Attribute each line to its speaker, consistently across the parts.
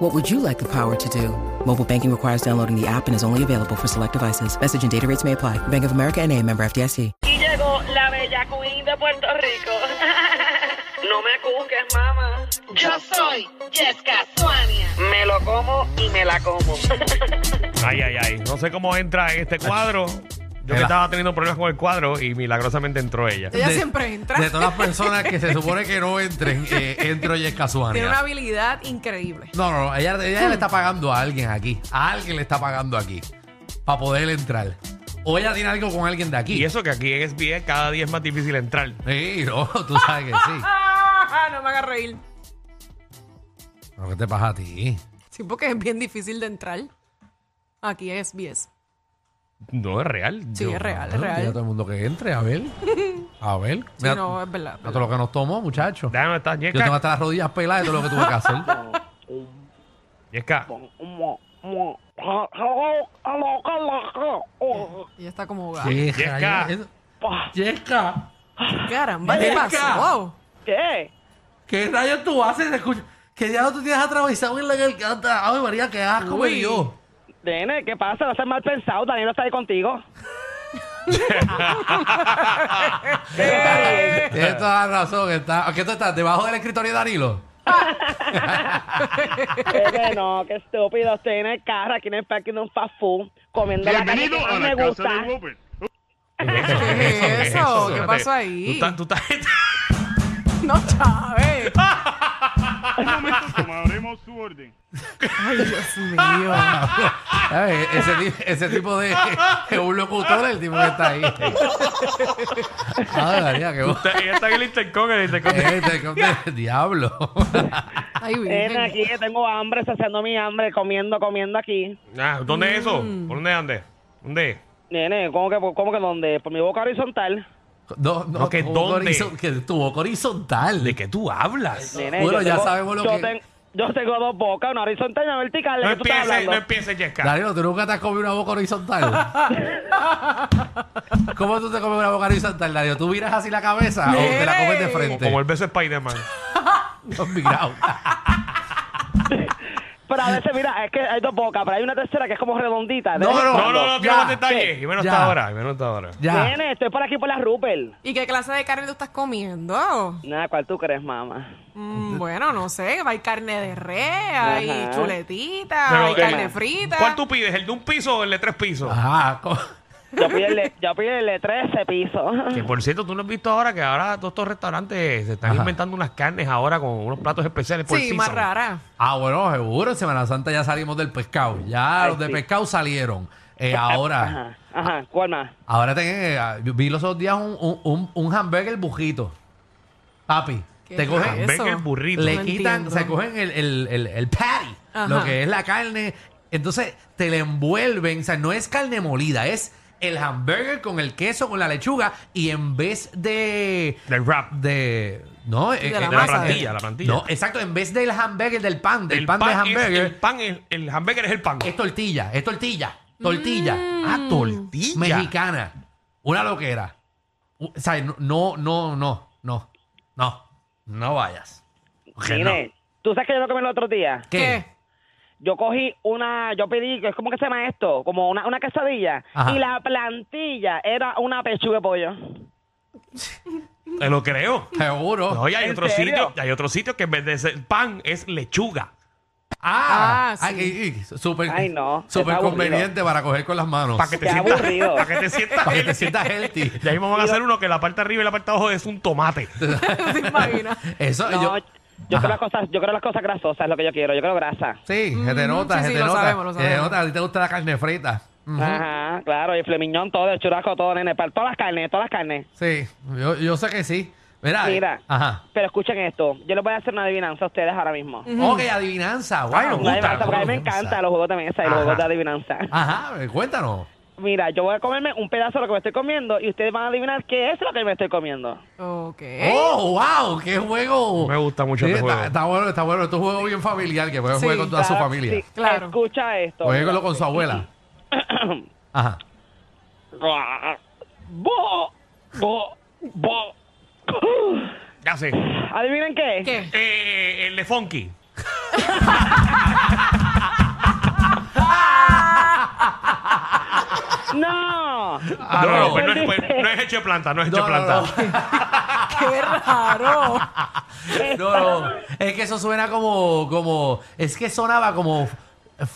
Speaker 1: What would you like the power to do? Mobile banking requires downloading the app and is only available for select devices. Message and data rates may apply. Bank of America and a member FDIC.
Speaker 2: Y llegó la bella queen de Puerto Rico. No me cuques, mamá. Yo soy Jessica Suania. Me lo como y me la como.
Speaker 3: Ay, ay, ay. No sé cómo entra en este cuadro. Yo que
Speaker 4: Ela.
Speaker 3: estaba teniendo problemas con el cuadro y milagrosamente entró ella.
Speaker 5: Ella
Speaker 4: de-
Speaker 5: siempre entra.
Speaker 4: De todas las personas que se supone que no entren, eh, entro y
Speaker 5: Tiene
Speaker 4: es
Speaker 5: una
Speaker 4: casual.
Speaker 5: habilidad increíble.
Speaker 4: No, no, no, ella, ella le está pagando a alguien aquí. A alguien le está pagando aquí para poder entrar. O ella tiene algo con alguien de aquí.
Speaker 3: Y eso que aquí en SBA cada día es más difícil entrar.
Speaker 4: Sí, no, tú sabes que sí.
Speaker 5: Ah, no me hagas reír.
Speaker 4: ¿Pero qué te pasa a ti?
Speaker 5: Sí, porque es bien difícil de entrar. Aquí es SBS.
Speaker 3: No es real.
Speaker 5: Sí,
Speaker 3: Yo-
Speaker 5: es real,
Speaker 4: Ah,
Speaker 5: es
Speaker 4: Dile a
Speaker 5: real.
Speaker 4: todo el mundo que entre, a ver. A ver.
Speaker 5: Sí,
Speaker 4: Mira,
Speaker 5: no, es verdad. es
Speaker 4: mira
Speaker 5: verdad.
Speaker 4: todo lo que nos tomó, muchachos.
Speaker 3: Déjame estar,
Speaker 4: Yo tengo
Speaker 3: Yesca.
Speaker 4: hasta las rodillas peladas de todo lo que tuve que hacer.
Speaker 3: Yesca.
Speaker 5: Y está como jugada.
Speaker 4: ¿Qué
Speaker 3: Yesca.
Speaker 4: rayos es? Yesca,
Speaker 5: Caramba, ¿qué
Speaker 4: Venga.
Speaker 5: pasó?
Speaker 2: ¿Qué?
Speaker 4: ¿qué rayos tú haces? Escucha, que ya no tú tienes atravesado en la garganta. Ay, María, qué asco me
Speaker 5: Uy.
Speaker 4: dio.
Speaker 2: Nene, ¿qué pasa? No seas mal pensado. Daniel no está ahí contigo.
Speaker 4: Tienes toda la razón. Está, ¿Qué tú estás? ¿Debajo del escritorio de Danilo?
Speaker 2: Es Eh, que no, qué estúpido. Estoy en el carro aquí en el parking de un fast food, comiendo la carne que más me gusta.
Speaker 5: ¿Qué es eso? ¿Qué pasó ahí?
Speaker 3: Tú estás- tú estás-
Speaker 5: No, Chávez.
Speaker 6: Tomaremos su orden.
Speaker 5: Ay, Dios mío.
Speaker 4: ¿Sabes? Ese, ti- ese tipo de, de un locutor, el tipo que está ahí. Ay, María, qué bueno.
Speaker 3: Usted- Ella está en el intercom, en el intercom.
Speaker 4: Este, con el diablo.
Speaker 5: Ay,
Speaker 2: Nene, aquí
Speaker 5: virgen.
Speaker 2: que tengo hambre, saciando mi hambre, comiendo, comiendo aquí.
Speaker 3: Ah, ¿Dónde es eso?
Speaker 5: Mm.
Speaker 3: ¿Por dónde ande? ¿Dónde?
Speaker 2: Nene, ¿cómo que, cómo que dónde? Por mi boca horizontal.
Speaker 4: No, no,
Speaker 3: No, que
Speaker 4: tuvo
Speaker 3: ¿dónde?
Speaker 4: horizon- que tu boca horizontal.
Speaker 3: ¿De qué tú hablas?
Speaker 2: Nene,
Speaker 4: Bueno,
Speaker 2: yo
Speaker 4: ya
Speaker 2: tengo-
Speaker 4: sabemos lo
Speaker 2: yo
Speaker 4: que-
Speaker 2: ten- yo tengo dos bocas, una horizontal y una vertical. ¿De
Speaker 3: No
Speaker 2: qué tú estás
Speaker 3: empieces, no
Speaker 2: hablando?
Speaker 3: empieces, Yesca.
Speaker 4: Danilo, ¿tú nunca te has comido una boca horizontal? ¿Cómo tú te comes una boca horizontal, Danilo? ¿Tú miras así la cabeza o te la comes de frente?
Speaker 3: Como el beso de Spider-Man.
Speaker 4: Los migrados.
Speaker 2: Pero a veces, mira, es que hay dos bocas, pero hay una tercera que es como redondita.
Speaker 4: No,
Speaker 2: Nene,
Speaker 4: no,
Speaker 3: No, no, no, quiero
Speaker 4: Ya.
Speaker 3: más detalles. Y menos
Speaker 4: Ya.
Speaker 3: hasta ahora, y menos hasta ahora.
Speaker 4: Ya.
Speaker 2: Nene, estoy por aquí por la Rupert.
Speaker 5: ¿Y qué clase de carne tú estás comiendo?
Speaker 2: Nada, ¿cuál tú crees, mamá?
Speaker 5: Mm, bueno, no sé. Hay carne de res, hay
Speaker 2: Ajá.
Speaker 5: chuletita,
Speaker 3: Pero,
Speaker 5: hay
Speaker 3: ¿qué
Speaker 5: carne
Speaker 2: más?
Speaker 5: frita.
Speaker 3: ¿Cuál tú pides? ¿El de un piso o el de tres pisos?
Speaker 4: Ajá. co-
Speaker 2: Yo pídele, yo pídele 13 pisos.
Speaker 3: Que por cierto, tú no has visto ahora que ahora todos estos restaurantes se están
Speaker 4: Ajá.
Speaker 3: inventando unas carnes ahora con unos platos especiales por
Speaker 5: Sí, más
Speaker 3: season.
Speaker 5: rara.
Speaker 4: Ah, bueno, seguro. En Semana Santa ya salimos del pescado. Ya los de
Speaker 2: sí.
Speaker 4: pescado salieron. Eh, ahora,
Speaker 2: Ajá, ajá, ¿cuál más?
Speaker 4: ahora te, eh, yo vi los otros días un, un, un, un hamburger bujito. Papi,
Speaker 5: ¿Qué
Speaker 4: te
Speaker 5: es
Speaker 4: cogen,
Speaker 5: eso?
Speaker 3: Ven el burrito.
Speaker 4: le
Speaker 5: No
Speaker 4: quitan,
Speaker 5: entiendo.
Speaker 4: se cogen el, el, el, el patty,
Speaker 5: Ajá.
Speaker 4: lo que es la carne. Entonces te la envuelven. O sea, no es carne molida, es el hamburger con el queso, con la lechuga. Y en vez de.
Speaker 3: Del wrap.
Speaker 4: de no eh,
Speaker 5: la masa,
Speaker 4: eh,
Speaker 5: de la
Speaker 3: plantilla, la plantilla.
Speaker 4: no exacto en vez del hamburger del pan del
Speaker 3: El
Speaker 4: pan, de
Speaker 3: es-
Speaker 4: hamburger
Speaker 3: el pan es- el hamburger es el pan.
Speaker 4: es, tortilla es tortilla tortilla
Speaker 5: Mm.
Speaker 3: Ah, tortilla.
Speaker 4: mexicana una loquera U- o sea no no no no no no no vayas Que no.
Speaker 2: Nene, ¿tú sabes que yo lo comí el otro día?
Speaker 4: ¿Qué?
Speaker 2: Yo cogí una, yo pedí, ¿cómo que se llama esto? Como una, una quesadilla.
Speaker 4: Ajá.
Speaker 2: Y la plantilla era una pechuga de pollo.
Speaker 3: Te lo creo.
Speaker 4: seguro
Speaker 3: No, y hay
Speaker 2: ¿En
Speaker 3: otro
Speaker 2: serio?
Speaker 3: sitio, hay otro sitio que en vez de ser pan es lechuga.
Speaker 4: ah,
Speaker 5: Ah,
Speaker 4: ay,
Speaker 5: sí.
Speaker 4: y- y- súper
Speaker 2: Ay, no,
Speaker 4: súper
Speaker 2: está
Speaker 4: conveniente para coger con las manos
Speaker 3: Para que te
Speaker 2: Qué
Speaker 3: sientas,
Speaker 2: aburrido.
Speaker 3: para que te sientas.
Speaker 4: para que
Speaker 3: healthy.
Speaker 4: te sientas healthy
Speaker 3: Y ahí vamos a hacer uno que la parte arriba y la parte abajo es un tomate.
Speaker 5: ¿Te imaginas?
Speaker 4: eso
Speaker 2: No,
Speaker 4: yo
Speaker 2: yo, quiero
Speaker 4: Ajá.
Speaker 2: las cosas, yo quiero las cosas grasosas, es lo que yo quiero. Yo quiero grasa.
Speaker 4: sí se te
Speaker 5: Mm,
Speaker 4: nota
Speaker 5: sí,
Speaker 4: se
Speaker 5: sí,
Speaker 4: te
Speaker 5: lo
Speaker 4: nota
Speaker 5: sabemos, lo
Speaker 4: se te
Speaker 5: sabemos.
Speaker 4: nota a ti te gusta la carne frita Ujú.
Speaker 2: Ajá, claro, y flemiñón todo, el churrasco todo, nene, para todas las carnes, todas las carnes.
Speaker 4: Sí, yo, yo sé que sí. Mira. eh,
Speaker 2: Mira.
Speaker 4: Ajá.
Speaker 2: Pero escuchen esto, yo les voy a hacer una adivinanza a ustedes ahora mismo.
Speaker 4: Ok, adivinanza. Guay,
Speaker 3: Ah,
Speaker 4: nos
Speaker 2: Una
Speaker 4: gusta.
Speaker 2: adivinanza, porque a mí me
Speaker 4: adivinanza.
Speaker 2: encantan los juegos de mesa y los
Speaker 4: Ajá.
Speaker 2: juegos de adivinanza.
Speaker 4: Ajá, eh, cuéntanos.
Speaker 2: mira, yo voy a comerme un pedazo de lo que me estoy comiendo y ustedes van a adivinar qué es lo que me estoy comiendo.
Speaker 5: Ok.
Speaker 4: ¡Oh, wow! ¡Qué juego!
Speaker 3: Me gusta mucho este
Speaker 4: está,
Speaker 3: juego.
Speaker 4: está bueno, está bueno. Este juego bien familiar que puede
Speaker 5: Sí,
Speaker 4: jugar con toda su
Speaker 2: Claro,
Speaker 4: familia.
Speaker 2: sí.
Speaker 5: Claro.
Speaker 2: Escucha esto.
Speaker 4: Jueguelo con su abuela. Ajá.
Speaker 2: Bo, bo, bo.
Speaker 3: Ya sé.
Speaker 2: ¿Adivinen qué?
Speaker 5: ¿Qué?
Speaker 3: Eh, el de Funky.
Speaker 2: No.
Speaker 4: Ah,
Speaker 3: no,
Speaker 4: no.
Speaker 3: no, pues no, es, pues no es hecho de planta, no es hecho de
Speaker 4: No, no,
Speaker 3: planta.
Speaker 4: no.
Speaker 5: ¡Qué raro!
Speaker 4: No, no. Es que eso suena como, como, es que sonaba como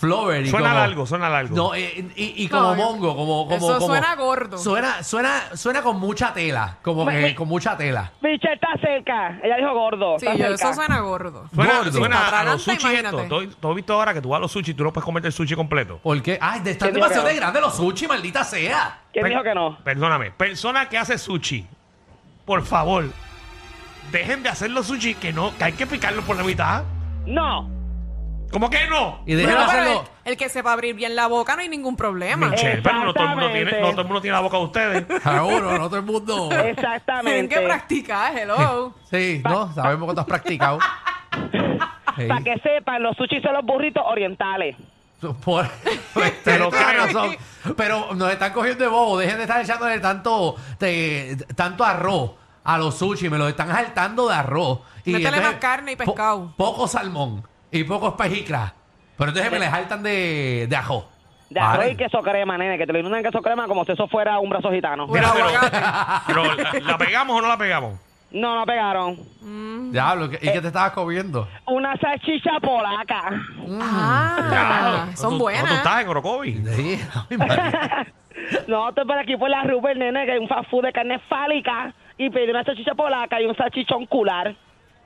Speaker 4: flower. Y
Speaker 3: Suena
Speaker 4: como-
Speaker 3: largo, suena largo.
Speaker 4: No, eh, y, y como
Speaker 5: No,
Speaker 4: mongo, como, como,
Speaker 5: eso
Speaker 4: como-
Speaker 5: suena gordo.
Speaker 4: Suena, suena, suena con mucha tela, como
Speaker 2: Me-
Speaker 4: que
Speaker 2: me-
Speaker 4: con mucha tela.
Speaker 2: Bicha está cerca. Ella dijo gordo.
Speaker 5: Sí,
Speaker 2: está
Speaker 5: yo,
Speaker 2: cerca.
Speaker 5: eso suena gordo.
Speaker 3: Suena,
Speaker 4: Gordo.
Speaker 3: suena a los
Speaker 5: Atraganta,
Speaker 3: sushi
Speaker 5: imagínate.
Speaker 3: esto. ¿Tú, tú has visto ahora que tú vas a los sushi y tú no puedes comerte el sushi completo?
Speaker 4: Porque, ay, de- están
Speaker 2: Qué
Speaker 4: demasiado de
Speaker 2: pecado.
Speaker 4: grandes los sushi, maldita sea.
Speaker 2: ¿Quién
Speaker 3: Per-
Speaker 2: dijo que no?
Speaker 3: Perdóname. Persona que hace sushi, por favor, dejen de hacer los sushi que no, que hay que picarlo por la mitad.
Speaker 2: No.
Speaker 3: ¿Cómo que no?
Speaker 4: Y dejen
Speaker 5: Bueno, pero
Speaker 4: hacerlo.
Speaker 5: el, el que sepa abrir bien la boca no hay ningún problema.
Speaker 3: Michelle, pero no todo, el mundo
Speaker 2: Exactamente.
Speaker 3: tiene, no todo el mundo tiene la boca de ustedes.
Speaker 4: Seguro, no todo el mundo.
Speaker 5: Tienen
Speaker 2: Exactamente.
Speaker 5: que practicar, hello.
Speaker 4: Sí, no, sabemos que tú has practicado. Sí.
Speaker 2: Para que sepan, los sushi son los burritos orientales.
Speaker 4: Por, este,
Speaker 3: Pero
Speaker 4: pero,
Speaker 3: qué-
Speaker 4: razón. pero nos están cogiendo de bobo. Dejen de estar echándole tanto, te- tanto arroz a los sushi. Me los están saltando de arroz.
Speaker 5: Métele
Speaker 4: entonces,
Speaker 5: más carne y
Speaker 4: po-
Speaker 5: pescado.
Speaker 4: poco salmón y pocos pejicras. Pero entonces me les saltan de, de ajo.
Speaker 2: De arroz
Speaker 4: Paren.
Speaker 2: y queso crema, nene, que te lo inundan en queso crema como si eso fuera un brazo gitano.
Speaker 5: Un
Speaker 3: Mira, pero,
Speaker 5: aguacate.
Speaker 3: pero ¿la, la pegamos o no la pegamos?
Speaker 2: No, no pegaron.
Speaker 4: Diablo, ¿qué- ¿y
Speaker 2: Eh.
Speaker 4: qué te estabas comiendo?
Speaker 2: Una salchicha polaca.
Speaker 4: Mm.
Speaker 5: Ah, son
Speaker 3: Ya, tú- no, Tú
Speaker 5: buenas.
Speaker 3: estás en Orocovi.
Speaker 4: Sí, ay, madre.
Speaker 2: No, estoy por aquí por la Rupert, nene, que hay un fast food de carne fálica. Y pedí una salchicha polaca y un salchichón cular.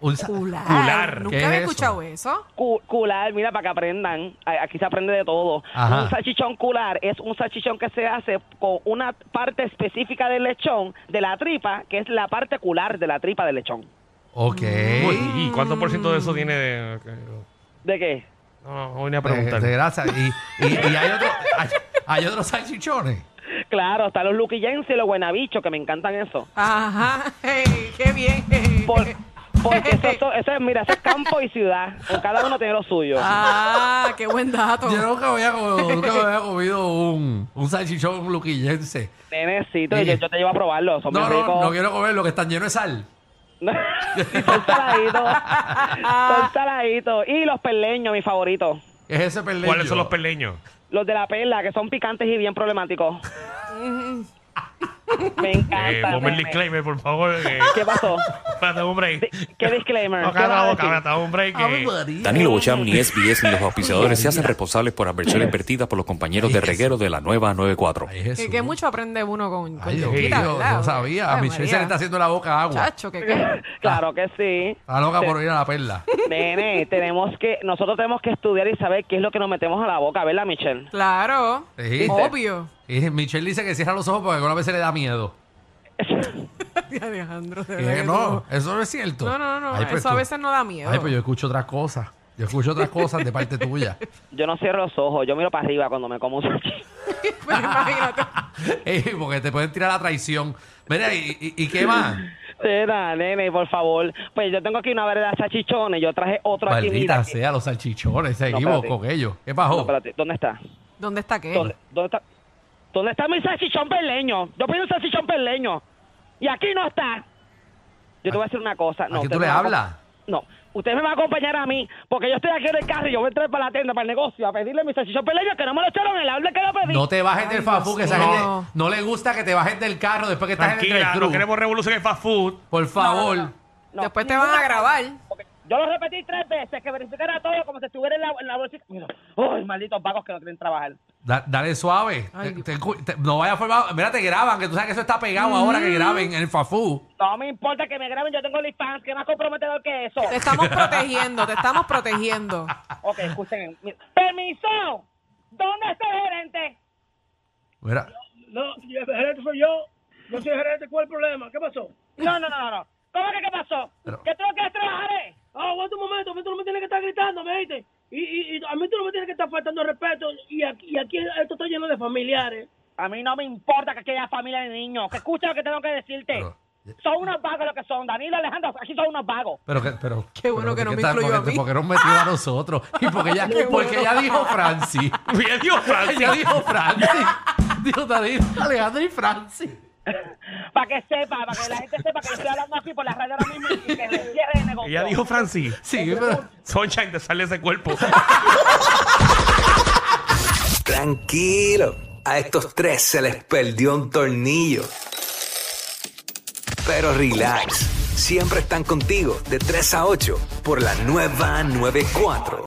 Speaker 4: Un sa-
Speaker 5: Cular.
Speaker 3: Cular.
Speaker 5: Nunca
Speaker 4: ¿Qué es
Speaker 5: había
Speaker 4: eso?
Speaker 5: escuchado eso.
Speaker 2: Cu- Cular, mira, para que aprendan. A- Aquí se aprende de todo.
Speaker 4: Ajá.
Speaker 2: Un salchichón cular es un salchichón que se hace con una parte específica del lechón, de la tripa, que es la parte cular de la tripa del lechón.
Speaker 4: Ok.
Speaker 3: Uy, ¿Y cuánto por ciento de eso tiene eh, de.? que-
Speaker 2: ¿De qué?
Speaker 3: No, no, no vine a
Speaker 4: Eh,
Speaker 3: preguntar.
Speaker 4: de grasa. Y, y- y hay, otro, hay, hay otros salchichones.
Speaker 2: Claro, están los Lucky James y los Buenabichos, que me encantan eso.
Speaker 5: Ajá. Hey, qué bien.
Speaker 2: Por- porque eso, eso- eso es, mira, eso es campo y ciudad. En cada uno tiene lo suyo.
Speaker 5: Ah, qué buen dato.
Speaker 4: Yo nunca había, comido- nunca había comido un, un salchichón luquillense.
Speaker 2: Nenecito,
Speaker 4: Sí.
Speaker 2: yo, yo te llevo a probarlo. Son
Speaker 4: No,
Speaker 2: bien
Speaker 4: no,
Speaker 2: ricos.
Speaker 4: no quiero comer lo que están lleno de sal.
Speaker 2: Y son saladitos. son saladitos. Y los perleños, mi favorito.
Speaker 4: ¿Qué es ese perleño?
Speaker 3: ¿Cuáles son los perleños?
Speaker 2: Los de la perla, que son picantes y bien problemáticos. Me
Speaker 3: Eh,
Speaker 2: encanta.
Speaker 3: ponme el disclaimer, por favor. eh.
Speaker 2: Ah, ¿Qué pasó?
Speaker 3: Espérate, un break.
Speaker 2: ¿Qué disclaimer?
Speaker 3: No,
Speaker 2: ¿Qué
Speaker 3: cállate
Speaker 2: vas
Speaker 3: la
Speaker 2: a
Speaker 3: boca,
Speaker 2: decir?
Speaker 3: cállate, un break.
Speaker 5: Ah, pues,
Speaker 3: eh.
Speaker 6: Danilo Bocham, ni SBS, ni los auspiciadores se hacen responsables por adversiones vertidas por los compañeros de reguero de la nueva 94.
Speaker 4: Ay, Jesús.
Speaker 5: Que, que mucho aprende uno con, con
Speaker 4: Ay, Dios
Speaker 5: Chiquita,
Speaker 4: mío,
Speaker 5: ¿verdad?
Speaker 4: no sabía. A
Speaker 5: Ay,
Speaker 4: Michelle se
Speaker 5: María.
Speaker 4: le está haciendo la boca agua.
Speaker 5: Chacho, que qué.
Speaker 2: Claro que sí.
Speaker 4: Está loca por ir a la perla.
Speaker 2: Nene, tenemos que, nosotros tenemos que estudiar y saber qué es lo que nos metemos a la boca, ¿verdad, Michelle?
Speaker 5: Claro.
Speaker 4: Sí.
Speaker 5: Obvio.
Speaker 4: Y Michelle dice que cierra los ojos porque alguna vez se le da miedo.
Speaker 5: Ay, Alejandro, de
Speaker 4: Y
Speaker 5: verdad
Speaker 4: dije,
Speaker 5: que
Speaker 4: no, eso no es cierto.
Speaker 5: No, no, no.
Speaker 4: Ay, pues
Speaker 5: eso a
Speaker 4: tú-
Speaker 5: veces no da miedo.
Speaker 4: Ay, pero yo escucho otras cosas. Yo escucho otras cosas de parte tuya.
Speaker 2: Yo no cierro los ojos, yo miro para arriba cuando me como un sushi.
Speaker 5: Pero Pues imagínate.
Speaker 4: Ey, porque te pueden tirar la traición. Mira, ¿y, y, y qué más?
Speaker 2: Nena, nene, por favor. Pues yo tengo aquí una variedad de salchichones, yo traje otro aquí.
Speaker 4: Maldita
Speaker 2: mira.
Speaker 4: sea, los salchichones. Se
Speaker 2: No,
Speaker 4: equivocó
Speaker 2: espérate.
Speaker 4: con ellos. ¿Qué
Speaker 2: No,
Speaker 4: pasó?
Speaker 2: espérate, ¿dónde está?
Speaker 5: ¿Dónde está qué?
Speaker 2: ¿Dónde, dónde está? ¿Dónde está mi salchichón perleño? Yo pido un salchichón perleño. Y aquí no está. Yo te voy a decir una cosa. No,
Speaker 4: ¿A quién
Speaker 2: usted
Speaker 4: tú le
Speaker 2: me va a
Speaker 4: hablas?
Speaker 2: acom- No, usted me va a acompañar a mí, porque yo estoy aquí en el carro y yo voy a entrar para la tienda, para el negocio, a pedirle mi salchichón perleño, que no me lo echaron en el habla que lo pedí.
Speaker 4: No te bajes
Speaker 5: Ay,
Speaker 4: del fast food, que esa
Speaker 5: Dios
Speaker 4: gente
Speaker 5: mío.
Speaker 4: no le gusta que te bajes del carro después que estás en el
Speaker 3: Tranquila,
Speaker 4: drive-thru.
Speaker 3: no queremos revolución en el fast food.
Speaker 4: Por favor.
Speaker 5: No, no, no.
Speaker 2: No,
Speaker 5: Después te van a grabar.
Speaker 2: porque Yo lo repetí tres veces, que verificara todo como si estuviera en la, en la bolsita. Mira, ¡Ay, malditos vagos que no quieren trabajar!
Speaker 4: Da- dale suave.
Speaker 5: Ay,
Speaker 4: Te- te cu- te- no vayas formado. Mira, te graban, que tú sabes que eso está pegado ahora que graben en el fast food.
Speaker 2: No me importa que me graben, yo tengo el fans, que es más comprometedor que eso.
Speaker 5: Te estamos protegiendo, te estamos protegiendo.
Speaker 2: ok, escuchen. mira. ¡Permiso! ¿Dónde está el gerente?
Speaker 4: Mira.
Speaker 7: No, si el gerente soy yo. Yo soy el gerente. ¿Cuál es el problema? ¿Qué pasó?
Speaker 2: No, no, no, no, no. ¿Cómo que qué pasó?
Speaker 4: Pero-
Speaker 2: ¿Que tú no quieres trabajar, eh?
Speaker 7: Ah, aguanta un momento. A mí tú no me tienes que estar gritando, me dijiste. Y, y, y a mí tú no me tienes que estar faltando el respeto. Y aquí, y aquí esto está lleno de familiares.
Speaker 2: A mí no me importa que aquella familia de niños. Que escucha lo que tengo que decirte.
Speaker 4: Pero-
Speaker 2: Son unos vagos lo que son. Danilo Alejandro, aquí son unos vagos.
Speaker 4: Pero, que- pero
Speaker 5: Qué bueno
Speaker 4: pero
Speaker 5: que no
Speaker 4: ¿qué
Speaker 5: me
Speaker 4: tal?
Speaker 5: incluyó
Speaker 4: porque,
Speaker 5: a mí.
Speaker 4: Porque nos metió a nosotros. Y porque ella, porque ella dijo Francis.
Speaker 3: Bien, Dios, Francis.
Speaker 4: Ella dijo Francis. Dijo Danilo, Alejandro y Francis.
Speaker 2: Para que sepa, para que la gente sepa que yo estoy hablando aquí por la radio ahora mismo y que se cierre el negocio.
Speaker 3: Ella dijo Francis.
Speaker 4: Sí, pero...
Speaker 3: Sunshine, te sale ese cuerpo.
Speaker 6: Tranquilo, a estos tres se les perdió un tornillo. Pero relax, siempre están contigo de 3 a 8 por la nueva 94.